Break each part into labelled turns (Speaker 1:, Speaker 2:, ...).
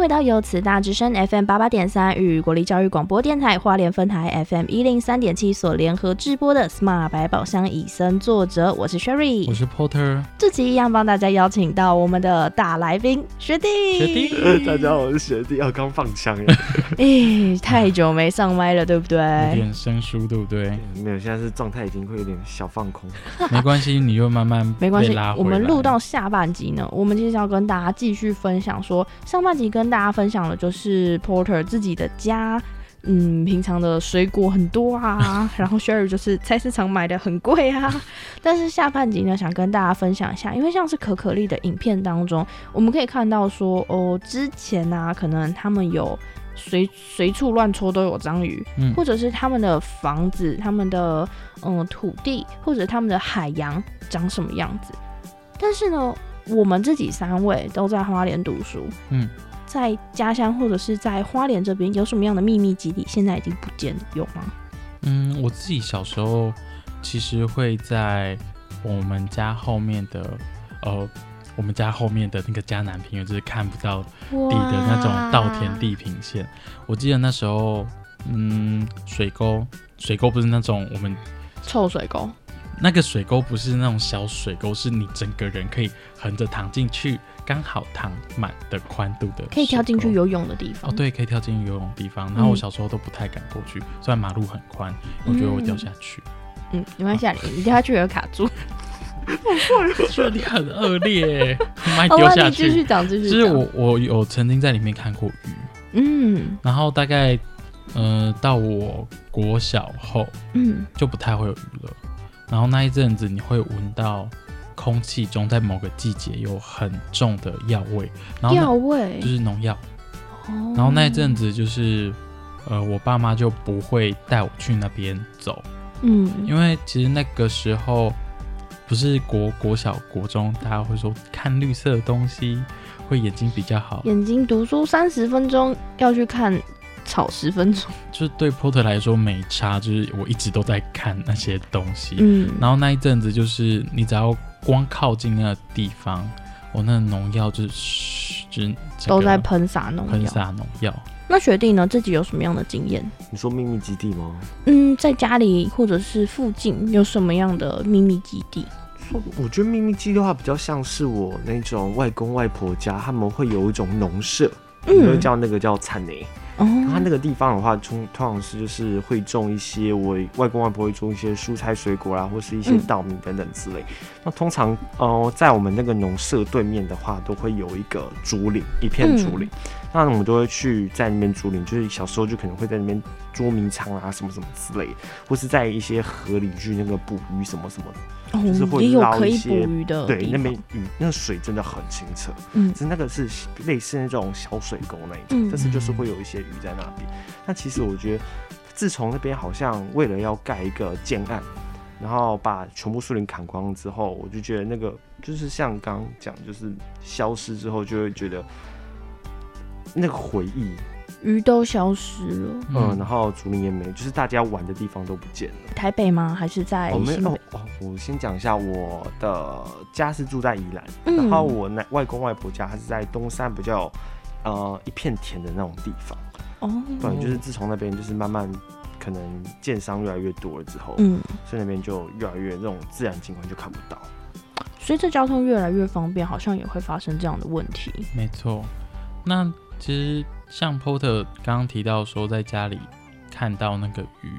Speaker 1: 回到由慈大之声 FM 八八点三与国立教育广播电台花莲分台 FM 一零三点七所联合制播的《Smart 百宝箱以身作则》，我是
Speaker 2: 我
Speaker 1: Sherry。
Speaker 2: 是 Porter，
Speaker 1: 这期一样帮大家邀请到我们的大来宾学弟。
Speaker 2: 学弟
Speaker 3: 大家好，我是学弟，哦，刚放枪耶，
Speaker 1: 哎，太久没上麦了，对不
Speaker 2: 有
Speaker 1: 对？
Speaker 2: 点生疏，对不对？
Speaker 3: 没有，现在是状态已经会有点小放空，
Speaker 2: 没关系，你又慢慢
Speaker 1: 没关
Speaker 2: 被
Speaker 1: 系
Speaker 2: 拉，回
Speaker 1: 我们
Speaker 2: 来
Speaker 1: 录到下半集呢，我们就是要跟大家继续分享说，上半集跟大家分享的就是 Porter 自己的家。嗯，平常的水果很多 啊，然后 Sherry 就是菜市场买的很贵啊。但是下半集呢，想跟大家分享一下，因为像是可可丽的影片当中，我们可以看到说，哦，之前啊，可能他们有随随处乱戳都有章鱼，
Speaker 2: 嗯
Speaker 1: 或者是他们的房子、他们的嗯土地或者他们的海洋长什么样子。但是呢，我们自己三位都在花莲读书，
Speaker 2: 嗯，
Speaker 1: 在家乡或者是在花莲这边有什么样的秘密基地，现在已经不见了，有吗？
Speaker 2: 嗯，我自己小时候其实会在我们家后面的，呃，我们家后面的那个迦南平原，就是看不到
Speaker 1: 地
Speaker 2: 底的那种稻田，地平线。我记得那时候，嗯，水沟，水沟不是那种我们
Speaker 1: 臭水沟，
Speaker 2: 那个水沟不是那种小水沟，是你整个人可以横着躺进去，刚好躺满的宽度的，
Speaker 1: 可以跳进去。游泳的地方。
Speaker 2: 哦，，对，可以跳进游泳的地方。然后我
Speaker 1: 嗯
Speaker 2: 小时候都不太敢过去，虽然马路很宽，我觉得我会掉下去。
Speaker 1: 嗯，没
Speaker 2: 哦
Speaker 1: 关系啊，你你掉下去也会卡住。
Speaker 2: 这里很恶劣，妈
Speaker 1: 好
Speaker 2: 丢
Speaker 1: 吧哦
Speaker 2: 下
Speaker 1: 你继续
Speaker 2: 去。
Speaker 1: 讲，继
Speaker 2: 就
Speaker 1: 续
Speaker 2: 是
Speaker 1: 讲。
Speaker 2: 我，我有曾经在里面看过鱼，
Speaker 1: 嗯
Speaker 2: 然后大概，呃，到我国小后
Speaker 1: 嗯，
Speaker 2: 就不太会有鱼了。然后那一阵子，你会闻到空气中在某个季节有很重的药味，然后
Speaker 1: 药
Speaker 2: 那
Speaker 1: 味
Speaker 2: 就。是农药。
Speaker 1: 哦
Speaker 2: 然后那一阵，子就是，呃，我爸妈就不会带我去那边走，
Speaker 1: 嗯，
Speaker 2: 因为其实那个时候不是国国小国中，大家会说看绿色的东西会眼睛比较好，
Speaker 1: 眼睛读书三十分钟要去看草十分钟。
Speaker 2: 就是对 Porter 来说没差，就是我一直都在看那些东西。
Speaker 1: 嗯，
Speaker 2: 然后那一阵子就是你只要光靠近那个地方，我、那个农药就是就是整
Speaker 1: 都
Speaker 2: 个
Speaker 1: 在喷洒农
Speaker 2: 喷
Speaker 1: 药。
Speaker 2: 洒农药。
Speaker 1: 那学弟呢，自己有什么样的经验？
Speaker 3: 你说秘密基地吗？
Speaker 1: 嗯，在家里或者是附近有什么样的秘密基地？
Speaker 3: 说我觉得秘密基地的话，比较像是我那种外公外婆家，他们会有一种农舍，我们会
Speaker 1: 嗯，
Speaker 3: 叫那个叫产泥。
Speaker 1: 哦，
Speaker 3: 然后它那个地方的话，通通常是就是会种一些我外公外婆会种一些蔬菜水果啦，或是一些
Speaker 1: 嗯
Speaker 3: 稻米等等之类。那通常呃，在我们那个农舍对面的话，都会有一个竹林，一片竹林。那我们都会去在那边竹林，就是小时候就可能会在那边捉迷藏啊，什么什么之类的，或是在一些河里去那个捕鱼什么什么的。
Speaker 1: 哦
Speaker 3: 就是会
Speaker 1: 也有
Speaker 3: 捞
Speaker 1: 可
Speaker 3: 一
Speaker 1: 以捕
Speaker 3: 些
Speaker 1: 鱼的
Speaker 3: 对，
Speaker 1: 地
Speaker 3: 那
Speaker 1: 方
Speaker 3: 边鱼那个水真的很清澈，
Speaker 1: 嗯
Speaker 3: 只是那个是类似那种小水沟那一
Speaker 1: 嗯
Speaker 3: 种，但是就是会有一些鱼在那边。那其实我觉得，自从那边好像为了要盖一个建案，然后把全部树林砍光之后，我就觉得那个就是像刚刚讲，就是消失之后就会觉得那个回忆，
Speaker 1: 鱼都消失了。
Speaker 3: 嗯，然后竹林也没，就是大家玩的地方都不见了。
Speaker 1: 台北吗？还哎是在
Speaker 3: 我们
Speaker 1: 新
Speaker 3: 哦
Speaker 1: 北？
Speaker 3: 哦，我先讲一下我的家是住在宜兰。
Speaker 1: 嗯
Speaker 3: 然后我奶外公外婆家，他是在东山比较有呃一片田的那种地方。
Speaker 1: 哦，
Speaker 3: 对，
Speaker 2: 哦
Speaker 3: 就是自从那边就是慢慢可能建商越来越多了之后，
Speaker 1: 嗯，
Speaker 3: 所以那边就越来越这种自然景观就看不到。
Speaker 1: 随着交通越来越方便，好像也会发生这样的问题。
Speaker 2: 没错。那其实像 Porter 刚刚提到说，在家里看到那个鱼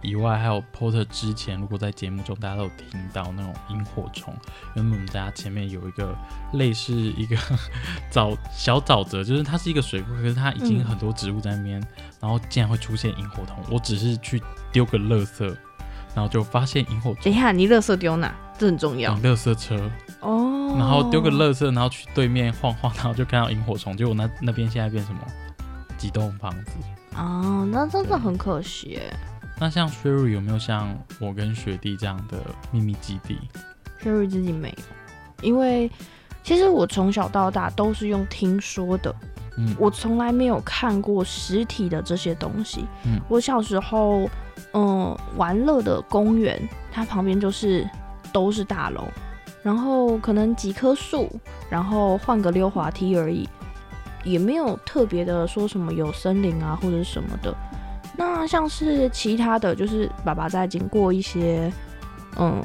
Speaker 2: 以外，还有 Porter 之前如果在节目中大家都有听到那种萤火虫，原本我们家前面有一个类似一个 沼小沼泽，就是它是一个水库，可是它已经
Speaker 1: 嗯
Speaker 2: 很多植物在那边，然后竟然会出现萤火虫。我只是去丢个垃圾，然后就发现萤火
Speaker 1: 等
Speaker 2: 虫
Speaker 1: 一。下，你垃圾丢哪？这很重要
Speaker 2: 等垃圾车，
Speaker 1: 哦。
Speaker 2: 嗯然后丢个垃圾，然后去对面晃晃，然后就看到萤火虫。结果那那边现在变什么？几栋房子？
Speaker 1: 哦，那真的
Speaker 2: 对
Speaker 1: 很可惜耶。
Speaker 2: 那像 Sherry 有没有像我跟学弟这样的秘密基地？
Speaker 1: Sherry 自己没有，因为其实我从小到大都是用听说的，
Speaker 2: 嗯，
Speaker 1: 我从来没有看过实体的这些东西。
Speaker 2: 嗯
Speaker 1: 我小时候，嗯，玩乐的公园，它旁边就是都是大楼，然后可能几棵树，然后换个溜滑梯而已。也没有特别的说什么有森林啊或者是什么的。那像是其他的就是爸爸在经过一些嗯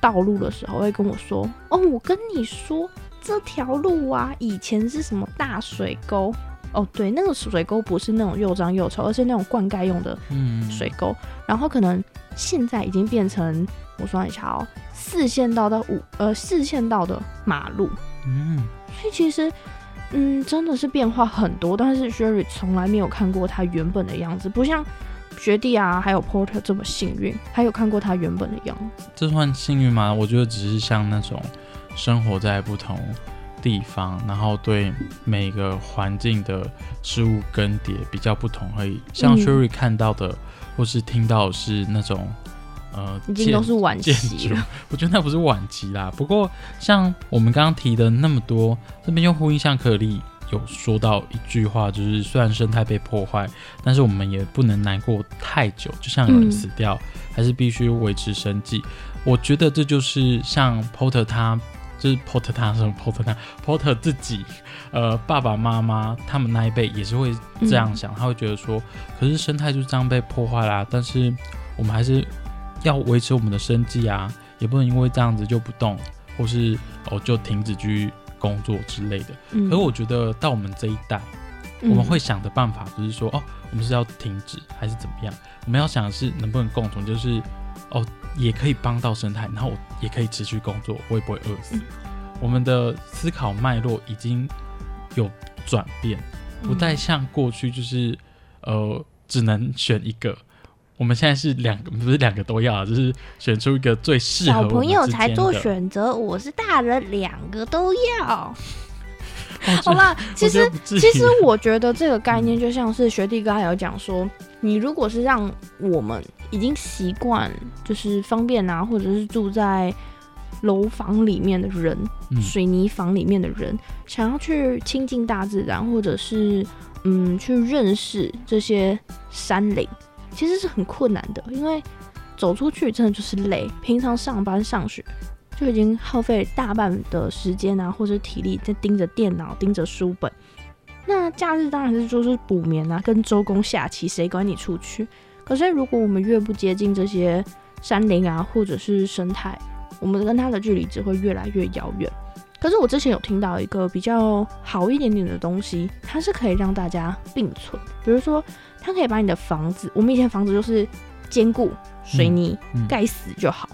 Speaker 1: 道路的时候会跟我说：“哦，我跟你说这条路啊，以前是什么大水沟。”哦，对，那个水沟不是那种又脏又臭，而是那种灌溉用的
Speaker 2: 嗯，
Speaker 1: 水沟，然后可能现在已经变成我算一下哦，四线道到五呃四线道的马路，
Speaker 2: 嗯，
Speaker 1: 所以其实嗯真的是变化很多，但是 Sherry 从来没有看过它原本的样子，不像学弟啊还有 Porter 这么幸运，还有看过它原本的样子。
Speaker 2: 这算幸运吗？我觉得只是像那种生活在不同地方，然后对每个环境的事物更迭比较不同而已。像
Speaker 1: 嗯
Speaker 2: Sherry 看到的、或是听到的是那种呃
Speaker 1: 已经
Speaker 2: 建
Speaker 1: 都是晚
Speaker 2: 建
Speaker 1: 期
Speaker 2: 筑
Speaker 1: 了，，
Speaker 2: 我觉得那不是晚期啦。不过像我们刚刚提的那么多，这边又呼应向可丽有说到一句话，就是虽然生态被破坏，但是我们也不能难过太久。就像有人
Speaker 1: 嗯
Speaker 2: 死掉，还是必须维持生计。我觉得这就是像 Porter 他。就是 Porter 他什么 Porter 他 Porter 自己，呃，爸爸妈妈他们那一辈也是会
Speaker 1: 嗯
Speaker 2: 这样想，他会觉得说，可是生态就这样被破坏啦，但是我们还是要维持我们的生计啊，也不能因为这样子就不动，或是哦就停止去工作之类的。
Speaker 1: 嗯。
Speaker 2: 可是我觉得到我们这一代，
Speaker 1: 嗯
Speaker 2: 我们会想的办法不是说哦，我们是要停止还是怎么样，我们要想的是能不能共同，就是哦也可以帮到生态，然后我也可以持续工作，我也不会饿死
Speaker 1: 嗯。
Speaker 2: 我们的思考脉络已经有转变，
Speaker 1: 嗯
Speaker 2: 不再像过去就是呃只能选一个。我们现在是两个，不是两个都要啊，就是选出一个最适合
Speaker 4: 小
Speaker 2: 我
Speaker 4: 朋
Speaker 2: 们
Speaker 4: 友
Speaker 2: 之
Speaker 4: 才
Speaker 2: 间
Speaker 4: 做
Speaker 2: 的。
Speaker 4: 选择，我是大人，两个都要。
Speaker 2: 哦
Speaker 1: 好，啦，
Speaker 2: 这
Speaker 1: 其实
Speaker 2: 我觉得不至于
Speaker 1: 其实我觉得这个概念就像是学弟刚才有讲说，你如果是让我们已经习惯就是方便啊，或者是住在楼房里面的人，
Speaker 2: 嗯
Speaker 1: 水泥房里面的人，想要去亲近大自然，或者是嗯去认识这些山林，其实是很困难的，因为走出去真的就是累，平常上班上学。就已经耗费大半的时间啊，或者体力在盯着电脑、盯着书本。那假日当然是就是补眠啊，跟周公下棋，谁管你出去？可是如果我们越不接近这些山林啊，或者是生态，我们跟它的距离只会越来越遥远。可是我之前有听到一个比较好一点点的东西，它是可以让大家并存，比如说它可以把你的房子，我们以前房子就是坚固水泥
Speaker 2: 嗯嗯
Speaker 1: 盖、死就好，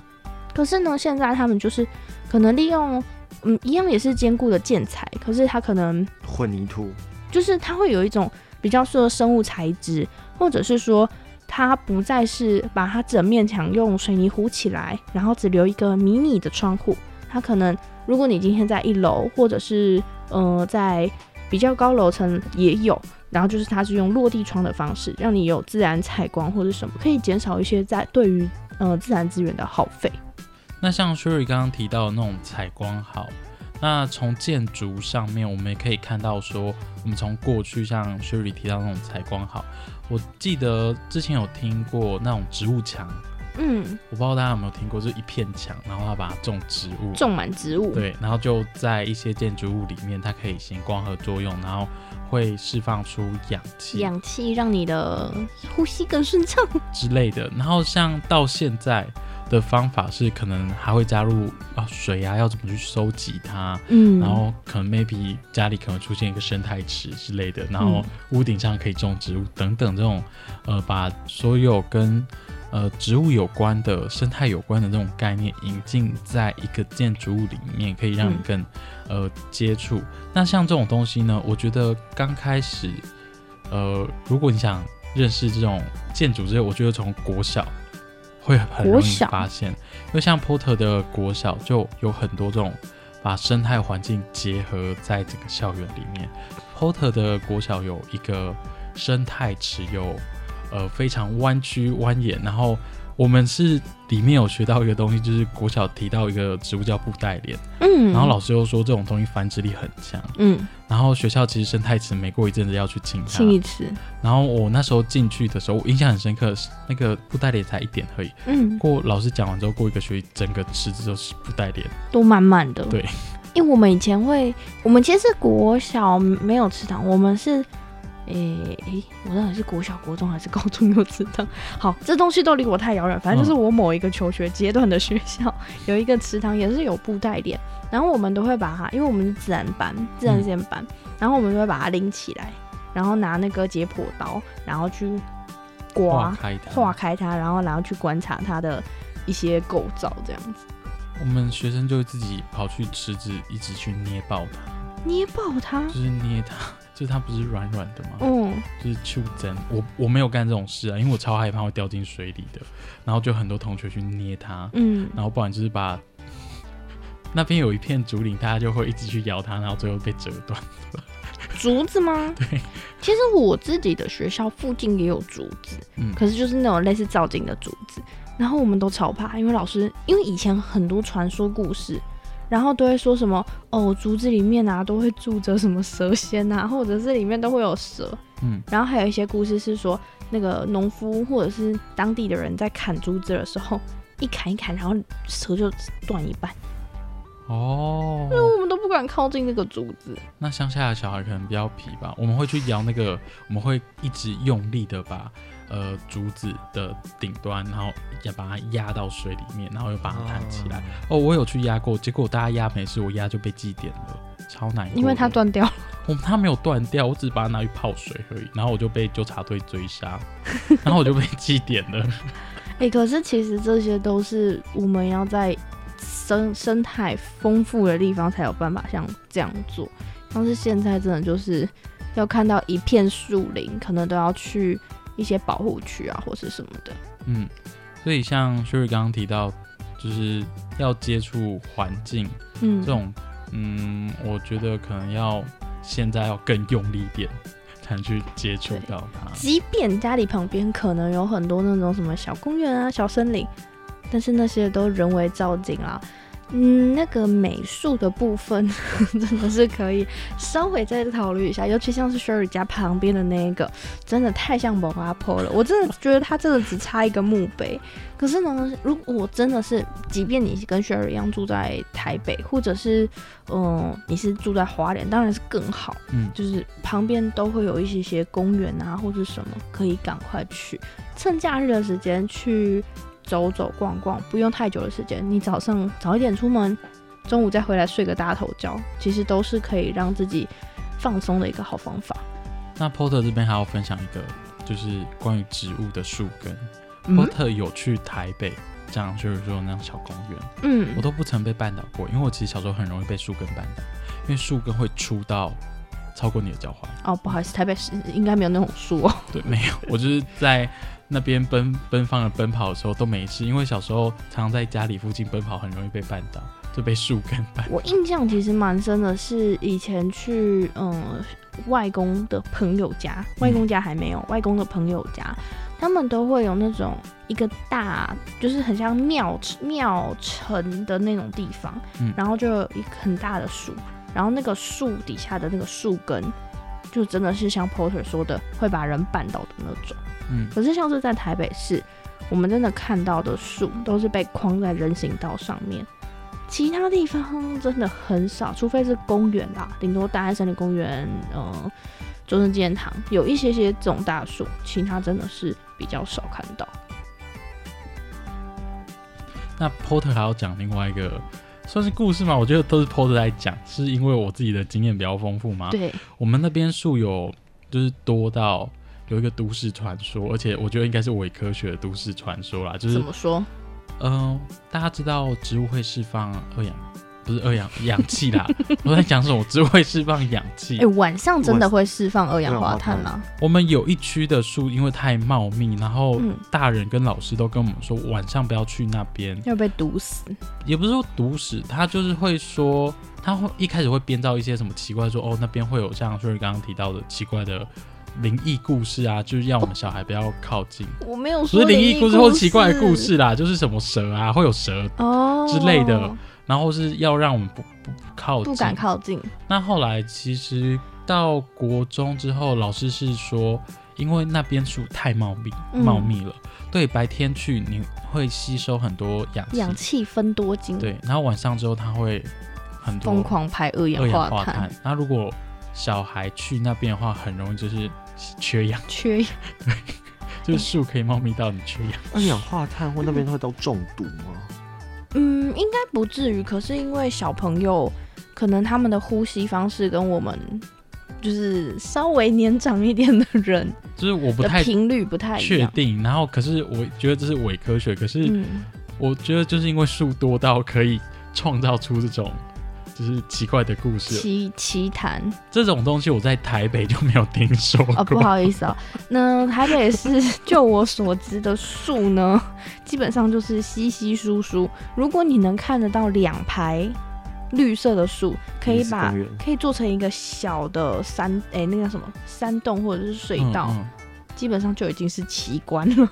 Speaker 1: 可是呢，现在他们就是可能利用嗯一样也是坚固的建材，可是它可能
Speaker 3: 混凝土，
Speaker 1: 就是它会有一种比较适合生物材质，或者是说它不再是把它整面墙用水泥糊起来，然后只留一个迷你的窗户。它可能如果你今天在一楼，或者是呃在比较高楼层也有，然后就是它是用落地窗的方式，让你有自然采光或者什么，可以减少一些在对于呃自然资源的耗费。
Speaker 2: 那像 Sherry 刚刚提到的那种采光好，那从建筑上面我们也可以看到说，我们从过去像 Sherry 提到那种采光好，我记得之前有听过那种植物墙，
Speaker 1: 嗯，
Speaker 2: 我不知道大家有没有听过，就是一片墙，然后他把它种植物，
Speaker 1: 种满植物。
Speaker 2: 对，然后就在一些建筑物里面，它可以行光合作用，然后会释放出氧气，
Speaker 1: 氧气让你的呼吸更顺畅。
Speaker 2: 之类的。然后像到现在的方法是，可能还会加入啊水啊，要怎么去收集它，
Speaker 1: 嗯
Speaker 2: 然后可能 maybe 家里可能出现一个生态池之类的，然后屋顶上可以种植物等等这种，呃，把所有跟呃植物有关的、生态有关的这种概念引进在一个建筑物里面，可以让你
Speaker 1: 嗯
Speaker 2: 更、呃接触。那像这种东西呢，我觉得刚开始，呃，如果你想认识这种建筑之类，我觉得从国小会很容
Speaker 1: 国
Speaker 2: 易
Speaker 1: 小
Speaker 2: 发现，因为像 Porter 的国小就有很多这种把生态环境结合在整个校园里面。Porter 的国小有一个生态池有，呃非常弯曲蜿蜒，然后我们是里面有学到一个东西，就是国小提到一个植物叫布袋莲，
Speaker 1: 嗯，
Speaker 2: 然后老师又说这种东西繁殖力很强，
Speaker 1: 嗯
Speaker 2: 然后学校其实生态池每过一阵子要去清它
Speaker 1: 清，一次，
Speaker 2: 然后我那时候进去的时候，我印象很深刻，是那个布袋莲才一点而已，
Speaker 1: 嗯，
Speaker 2: 过老师讲完之后，过一个学期整个池子都是布袋莲。
Speaker 1: 都满满的。
Speaker 2: 对
Speaker 1: 因为我们以前会，我们其实是国小没有吃糖，我们是，诶、诶，我到底是国小、国中还是高中有吃糖？ 好，这东西都离我太遥远。反正就是我某一个求学阶段的学校有一个池塘，也是有布袋莲，然后我们都会把它，因为我们是自然班、自然实验班，然后我们就会把它拎起来，然后拿那个解剖刀，然后去刮
Speaker 2: 化开它。
Speaker 1: 化开它，然后然后去观察它的一些构造，这样子
Speaker 2: 我们学生就会自己跑去池子，一直去捏爆它，
Speaker 1: 捏爆它
Speaker 2: 就。是捏它， 就是它不是软软的吗？
Speaker 1: 嗯，
Speaker 2: 就是触针。我我没有干这种事啊，因为我超害怕会掉进水里的。然后就很多同学去捏它，
Speaker 1: 嗯，
Speaker 2: 然后不然就是把那边有一片竹林，大家就会一直去摇它，然后最后被折断。
Speaker 1: 竹子吗？
Speaker 2: 对，
Speaker 1: 其实我自己的学校附近也有竹子，
Speaker 2: 嗯
Speaker 1: 可是就是那种类似造景的竹子，然后我们都超怕，因为老师，因为以前很多传说故事。然后都会说什么哦，竹子里面啊都会住着什么蛇仙啊，或者是里面都会有蛇。
Speaker 2: 嗯，
Speaker 1: 然后还有一些故事是说，那个农夫或者是当地的人在砍竹子的时候，一砍一砍，然后蛇就断一半，
Speaker 2: 哦，
Speaker 1: 我们都不敢靠近那个竹子。
Speaker 2: 那乡下的小孩可能比较皮吧，我们会去摇那个，我们会一直用力的把呃竹子的顶端，然后也把它压到水里面，然后又把它弹起来。哦，我有去压过，结果大家压没事，我压就被祭奠了，超难过的。
Speaker 1: 因为它断掉了，
Speaker 2: 我它没有断掉，我只是把它拿去泡水而已，然后我就被纠察队追杀，然后我就被祭奠了。
Speaker 1: 哎、可是其实这些都是我们要在生生态丰富的地方才有办法像这样做。像是现在真的就是要看到一片树林，可能都要去一些保护区啊，或是什么的。
Speaker 2: 嗯，所以像薛瑞刚刚提到，就是要接触环境
Speaker 1: 嗯
Speaker 2: 这，种，嗯，我觉得可能要现在要更用力一点，才能去接触到它。
Speaker 1: 即便家里旁边可能有很多那种什么小公园啊、小森林，但是那些都人为造景啊。嗯，那个美术的部分 真的是可以稍微再考虑一下，尤其像是 Sherry 家旁边的那一个，真的太像蒙阿婆了。我真的觉得它真的只差一个墓碑。可是呢，如果我真的是，即便你是跟 Sherry 一样住在台北，或者是嗯，你是住在花莲，当然是更好。
Speaker 2: 嗯
Speaker 1: 就是旁边都会有一些些公园啊，或者什么，可以赶快去，趁假日的时间去走走逛逛，不用太久的时间。你早上早一点出门，中午再回来睡个大头觉，其实都是可以让自己放松的一个好方法。
Speaker 2: 那 Porter 这边还要分享一个，就是关于植物的树根。Porter 有去台北，像薛瑞说的那种小公园，
Speaker 1: 嗯
Speaker 2: 我，都不曾被绊倒过，因为我其实小时候很容易被树根绊倒，因为树根会粗到超过你的脚踝。
Speaker 1: 哦，不好意思，台北市应该没有那种树哦。
Speaker 2: 对，没有，我就是在那边奔奔放的奔跑的时候都没事，因为小时候常常在家里附近奔跑，很容易被绊倒，就被树根绊。
Speaker 1: 我印象其实蛮深的，是以前去嗯外公的朋友家，外公家还没有，外公的朋友家，他们都会有那种一个大，就是很像庙庙城的那种地方，
Speaker 2: 嗯
Speaker 1: 然后就有一个很大的树，然后那个树底下的那个树根。就真的是像 Porter 说的，会把人绊倒的那种。
Speaker 2: 嗯，
Speaker 1: 可是像是在台北市，我们真的看到的树都是被框在人行道上面，其他地方真的很少，除非是公园啦，顶多大安森林公园，呃，中正纪念堂有一些些这种大树，其他真的是比较少看到。
Speaker 2: 那 Porter 还要讲另外一个算是故事吗？我觉得都是 Porter 在讲，是因为我自己的经验比较丰富吗？，
Speaker 1: 对，
Speaker 2: 我们那边树有就是多到有一个都市传说，而且我觉得应该是伪科学的都市传说啦，就是
Speaker 1: 怎么说？
Speaker 2: 嗯，大家知道植物会释放二氧，不是二氧氧气啦。我在讲什么？植物会释放氧气
Speaker 1: 哎、。晚上真的会释放二氧化碳啦。
Speaker 2: 我们有一区的树因为太茂密，然后
Speaker 1: 嗯
Speaker 2: 大人跟老师都跟我们说晚上不要去那边，
Speaker 1: 要被毒死，
Speaker 2: 也不是说毒死，他就是会说他会一开始会编造一些什么奇怪说哦那边会有像瑞刚刚提到的奇怪的灵异故事啊，就是要我们小孩不要靠近。
Speaker 1: 我没有
Speaker 2: 不
Speaker 1: 说
Speaker 2: 是灵异故
Speaker 1: 故
Speaker 2: 事或奇怪的故事啦，就是什么蛇啊，会有蛇
Speaker 1: 哦
Speaker 2: 之类的，然后是要让我们不不不靠近，
Speaker 1: 不敢。靠近。
Speaker 2: 那后来其实到国中之后，老师是说，因为那边树太茂密，
Speaker 1: 嗯
Speaker 2: 茂密了，对，白天去你会吸收很多氧气，
Speaker 1: 氧气分多精，
Speaker 2: 对，然后晚上之后它会很多
Speaker 1: 疯狂排二
Speaker 2: 二
Speaker 1: 氧
Speaker 2: 氧
Speaker 1: 化
Speaker 2: 化
Speaker 1: 碳，
Speaker 2: 碳。那如果小孩去那边的话，很容易就是缺氧，
Speaker 1: 缺氧
Speaker 2: 就是树可以茂密到你缺氧。
Speaker 3: 二氧化碳或那边会到中毒吗？
Speaker 1: 嗯，应该不至于。可是因为小朋友，可能他们的呼吸方式跟我们就是稍微年长一点的人
Speaker 2: 就是我不
Speaker 1: 的
Speaker 2: 太
Speaker 1: 频率不太一
Speaker 2: 确
Speaker 1: 样。
Speaker 2: 定，然后可是我觉得这是伪科学，可是
Speaker 1: 嗯，
Speaker 2: 我觉得就是因为树多到可以创造出这种就是奇怪的故事，
Speaker 1: 奇奇谈
Speaker 2: 这种东西我在台北就没有听说
Speaker 1: 啊，不
Speaker 2: 过。
Speaker 1: 好意思啊，那台北市就我所知的树呢，基本上就是稀稀疏疏。如果你能看得到两排绿色的树，可以
Speaker 3: 林子
Speaker 1: 把
Speaker 3: 公园
Speaker 1: 可以做成一个小的山，哎、那个什么山洞或者是隧道，
Speaker 2: 嗯
Speaker 1: 基本上就已经是奇观了。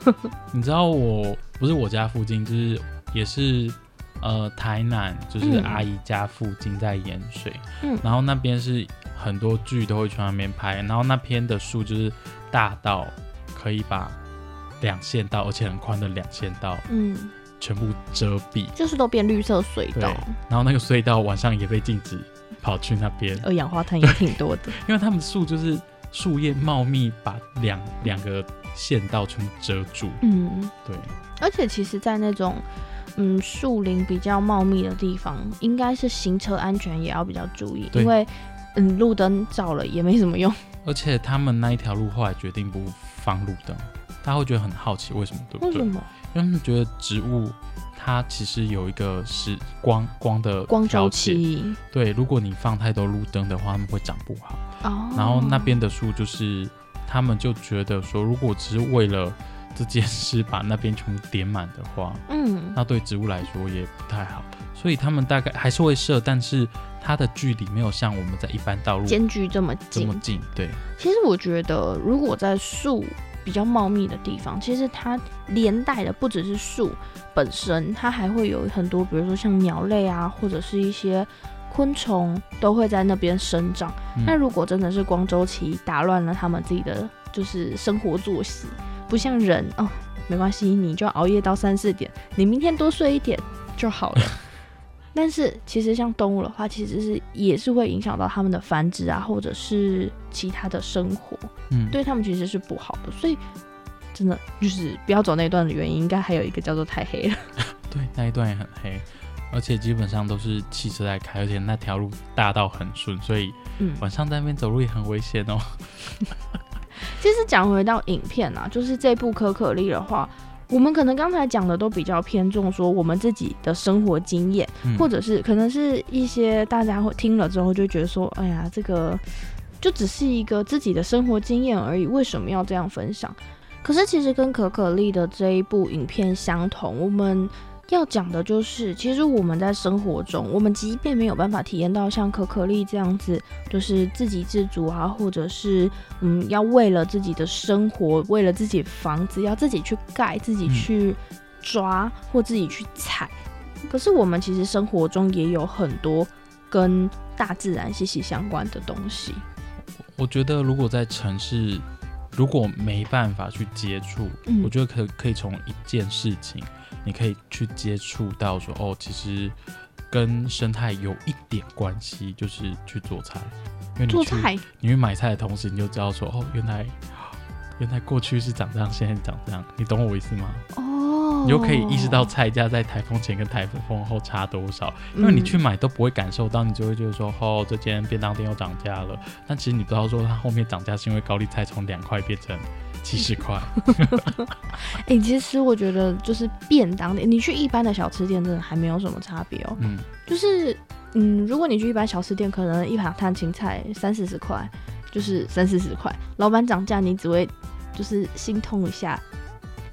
Speaker 2: 你知道我不是我家附近，就是也是呃台南，就是
Speaker 1: 嗯
Speaker 2: 阿姨家附近在盐水，
Speaker 1: 嗯
Speaker 2: 然后那边是很多剧都会去那边拍，然后那边的树就是大到可以把两线道，而且很宽的两线道
Speaker 1: 嗯，
Speaker 2: 全部遮蔽，
Speaker 1: 就是都变绿色隧道，
Speaker 2: 然后那个隧道晚上也被禁止跑去那边，
Speaker 1: 二氧化碳也挺多的。
Speaker 2: 因为他们树就是树叶茂密，把两两个线道全部遮住，
Speaker 1: 嗯，
Speaker 2: 对。
Speaker 1: 而且其实，在那种嗯树林比较茂密的地方，应该是行车安全也要比较注意，
Speaker 2: 对
Speaker 1: 因为嗯路灯照了也没什么用。
Speaker 2: 而且他们那一条路后来决定不放路灯，大家会觉得很好奇为什么，对不
Speaker 1: 为
Speaker 2: 对？
Speaker 1: 什
Speaker 2: 因为
Speaker 1: 么？
Speaker 2: 他们觉得植物它其实有一个是光光的
Speaker 1: 光
Speaker 2: 条
Speaker 1: 周
Speaker 2: 件，
Speaker 1: 期
Speaker 2: 对，如果你放太多路灯的话，它们会长不好。
Speaker 1: 哦，
Speaker 2: 然后那边的树就是他们就觉得说，如果只是为了这件事把那边全部点满的话，
Speaker 1: 嗯
Speaker 2: 那对植物来说也不太好，所以他们大概还是会设，但是它的距离没有像我们在一般道路
Speaker 1: 间距这么
Speaker 2: 这
Speaker 1: 近
Speaker 2: 么，近，对。
Speaker 1: 其实我觉得如果在树。比较茂密的地方，其实它连带的不只是树本身，它还会有很多，比如说像鸟类啊，或者是一些昆虫都会在那边生长。
Speaker 2: 嗯
Speaker 1: 那如果真的是光周期打乱了他们自己的就是生活作息，不像人哦，没关系，你就熬夜到三四点，你明天多睡一点就好了。但是其实像动物的话，其实是也是会影响到它们的繁殖啊，或者是其他的生活，
Speaker 2: 嗯，
Speaker 1: 对它们其实是不好的。所以真的就是不要走那段的原因，应该还有一个叫做太黑了。
Speaker 2: 对，那一段也很黑，而且基本上都是汽车在开，而且那条路大到很顺，所以
Speaker 1: 嗯，
Speaker 2: 晚上在那边走路也很危险哦。
Speaker 1: 其实讲回到影片啊，就是这部《可可丽》的话，我们可能刚才讲的都比较偏重说我们自己的生活经验，
Speaker 2: 嗯
Speaker 1: 或者是可能是一些大家会听了之后就觉得说，哎呀，这个就只是一个自己的生活经验而已，为什么要这样分享？可是其实跟可可丽的这一部影片相同，我们要讲的就是，其实我们在生活中，我们即便没有办法体验到像可可丽这样子，就是自给自足啊，或者是嗯，要为了自己的生活，为了自己房子，要自己去盖，自己
Speaker 2: 嗯
Speaker 1: 去抓或自己去采。可是我们其实生活中也有很多跟大自然息息相关的东西。
Speaker 2: 我觉得如果在城市，如果没办法去接触，
Speaker 1: 嗯
Speaker 2: 我觉得可可以从一件事情，你可以去接触到说，哦，其实跟生态有一点关系，就是去做菜。因为你
Speaker 1: 做
Speaker 2: 去
Speaker 1: 菜，
Speaker 2: 你去买菜的同时，你就知道说，哦，原来原来过去是长这样，现在长这样，你懂我意思吗？
Speaker 1: 哦，
Speaker 2: 嗯你就可以意识到菜价在台风前跟台风后差多少，因为
Speaker 1: 嗯
Speaker 2: 你去买都不会感受到，你就会觉得说，哦，这间便当店又涨价了。但其实你不知道说它后面涨价是因为高丽菜从两块变成七十块，
Speaker 1: 哎、其实我觉得就是便当店，你去一般的小吃店真的还没有什么差别哦。
Speaker 2: 嗯，
Speaker 1: 就是嗯，如果你去一般小吃店，可能一盘烫青菜三四十块，就是三四十块，老板涨价你只会就是心痛一下，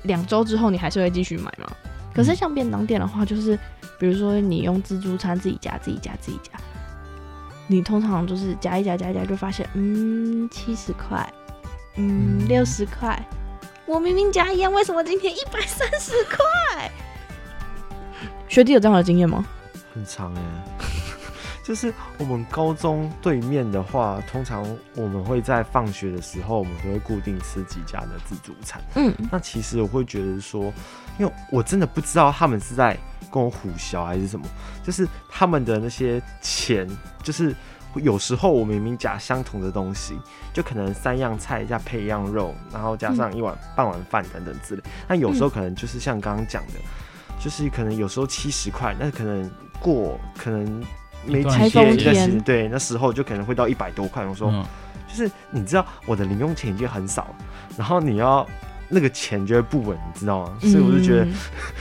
Speaker 1: 两周之后你还是会继续买嘛。可是像便当店的话，就是比如说你用自助餐自己加自己加自己加，你通常就是加一加加一加就发现，嗯，七十块，嗯，
Speaker 2: 嗯
Speaker 1: 六十块，
Speaker 4: 我明明加一样，为什么今天一百三十块？
Speaker 1: 学弟有这样的经验吗？
Speaker 3: 很长哎、 就是我们高中对面的话，通常我们会在放学的时候，我们都会固定吃几家的自助餐。
Speaker 1: 嗯
Speaker 3: 那其实我会觉得说，因为我真的不知道他们是在跟我虎啸还是什么，就是他们的那些钱，就是有时候我明明夹相同的东西，就可能三样菜加配一样肉，然后加上一碗、
Speaker 2: 嗯
Speaker 3: 半碗饭等等之类，但有时候可能就是像刚刚讲的，就是可能有时候七十块，那可能过可能。没
Speaker 2: 一段
Speaker 1: 时
Speaker 3: 几
Speaker 1: 间
Speaker 3: 一段时间对，那时候就可能会到一百多块。我说，
Speaker 2: 嗯，
Speaker 3: 就是你知道我的零用钱已经很少了，然后你要那个钱就会不稳，你知道吗？所以我就觉得、
Speaker 1: 嗯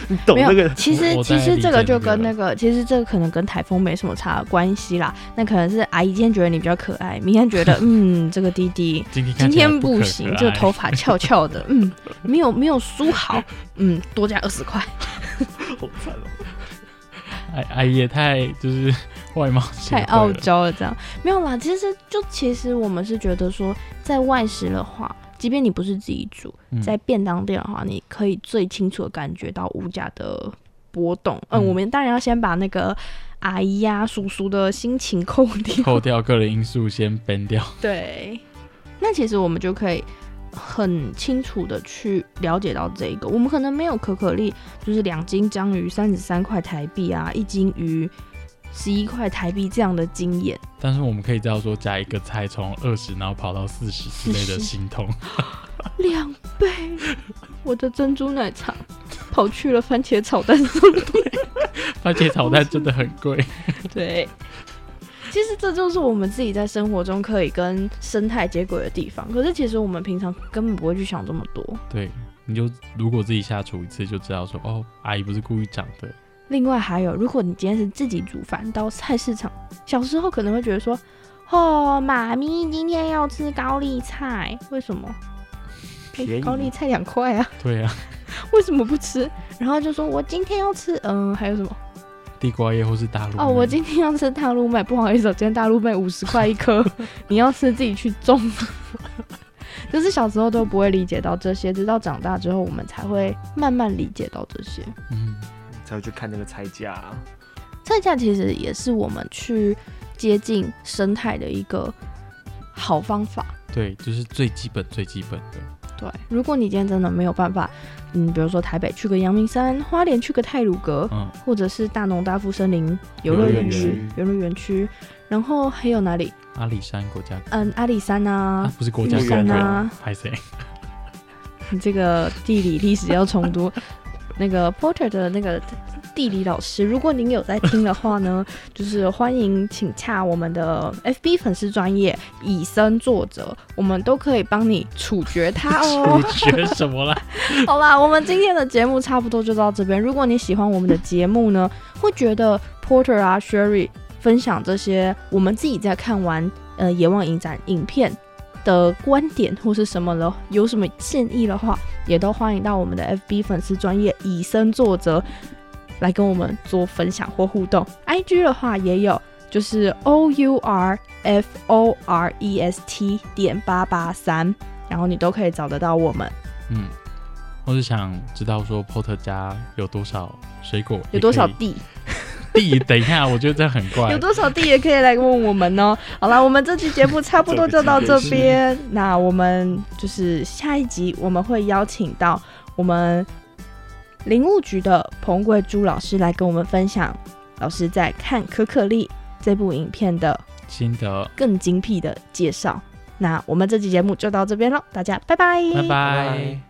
Speaker 3: 你懂
Speaker 1: 没有
Speaker 3: 那个，
Speaker 1: 其实
Speaker 2: 我
Speaker 1: 其
Speaker 2: 大概
Speaker 1: 实这个
Speaker 2: 理解
Speaker 1: 就
Speaker 2: 那个
Speaker 1: 跟那个，其实这个可能跟台风没什么差关系啦。那可能是阿姨今天觉得你比较可爱，明天觉 得嗯这个弟弟
Speaker 2: 今天
Speaker 1: 今
Speaker 2: 看起来
Speaker 1: 天
Speaker 2: 不
Speaker 1: 不
Speaker 2: 可
Speaker 1: 行，
Speaker 2: 可
Speaker 1: 就
Speaker 2: 爱
Speaker 1: 头发翘翘的， 嗯，没有没有梳好，嗯，多加二十块，
Speaker 3: 好惨哦。
Speaker 2: 哎哎也太就是 外貌协
Speaker 1: 太
Speaker 2: 会
Speaker 1: 傲
Speaker 2: 了
Speaker 1: 娇了这样。没有啦，其实就其实我们是觉得说，在外食的话，即便你不是自己煮，
Speaker 2: 嗯
Speaker 1: 在便当店的话，你可以最清楚的感觉到物价的波动。嗯，
Speaker 2: 嗯
Speaker 1: 我们当然要先把那个阿姨呀、叔叔的心情扣 掉。
Speaker 2: 扣掉个人因素先 ban 掉，
Speaker 1: 对，那其实我们就可以很清楚的去了解到这个。我们可能没有可可粒，就是两斤章鱼三十三块台币啊，一斤鱼十一块台币这样的经验。
Speaker 2: 但是我们可以知道说加一个菜从二十然后跑到四十之类的
Speaker 1: 40
Speaker 2: 心痛，
Speaker 1: 两倍，我的珍珠奶茶跑去了番茄炒蛋上。
Speaker 2: 番茄炒蛋真的很贵，
Speaker 1: 对，其实这就是我们自己在生活中可以跟生态接轨的地方。可是其实我们平常根本不会去想这么多。
Speaker 2: 对，你就如果自己下厨一次就知道说哦，阿姨不是故意长的，
Speaker 1: 另外还有，如果你今天是自己煮饭到菜市场，小时候可能会觉得说，哦，妈咪今天要吃高丽菜，为什么？诶
Speaker 3: 便宜
Speaker 1: 高丽菜两块啊，
Speaker 2: 对啊，
Speaker 1: 为什么不吃？然后就说我今天要吃，嗯，还有什么？
Speaker 2: 地瓜叶或是大陆
Speaker 1: 哦，我今天要吃大陆麦，不好意思哦，今天大陆麦五十块一颗， 你要吃自己去种。 就是小时候都不会理解到这些，直到长大之后，我们才会慢慢理解到这些。
Speaker 2: 嗯，
Speaker 3: 才会去看那个菜价、啊，
Speaker 1: 菜价其实也是我们去接近生态的一个好方法。
Speaker 2: 对，就是最基本最基本的，
Speaker 1: 对，如果你今天真的没有办法，嗯，比如说台北去个阳明山，花莲去个泰鲁阁，
Speaker 2: 嗯，
Speaker 1: 或者是大农大富森林游乐园区、游乐园区，然后还有哪里？
Speaker 2: 阿里山国家
Speaker 1: 嗯，阿里山啊
Speaker 2: 啊，不是国家
Speaker 3: 公园
Speaker 1: 山啊，
Speaker 2: 拍谁？
Speaker 1: 你这个地理历史要重读。 那个 Porter 的那个地理老师，如果您有在听的话呢， 就是欢迎请洽我们的 FB 粉丝专业以身作则，我们都可以帮你处决他哦
Speaker 2: 你。学什么啦？
Speaker 1: 好啦，我们今天的节目差不多就到这边。如果你喜欢我们的节目呢，会觉得 Porter 啊 Sherry 分享这些我们自己在看完呃野望影展影片的观点或是什么了，有什么建议的话，也都欢迎到我们的 FB 粉丝专业以身作则来跟我们做分享或互动。IG 的话也有，就是 O U R F O R E S T 点八八三，然后你都可以找得到我们。
Speaker 2: 嗯，我是想知道说 Porter 家有多少水果，
Speaker 1: 有多少
Speaker 2: 也可
Speaker 1: 地？
Speaker 2: 以地？等一下，我觉得这很 怪
Speaker 1: 有。多少地也可以来问我们哦。好了，我们这期节目差不多就到这边，那我们就是下一集我们会邀请到我们林务局的彭贵珠老师来跟我们分享老师在看《可可丽》这部影片的
Speaker 2: 心得，
Speaker 1: 更精辟的介绍。那我们这期节目就到这边喽，大家拜拜，
Speaker 2: 拜
Speaker 3: 拜拜。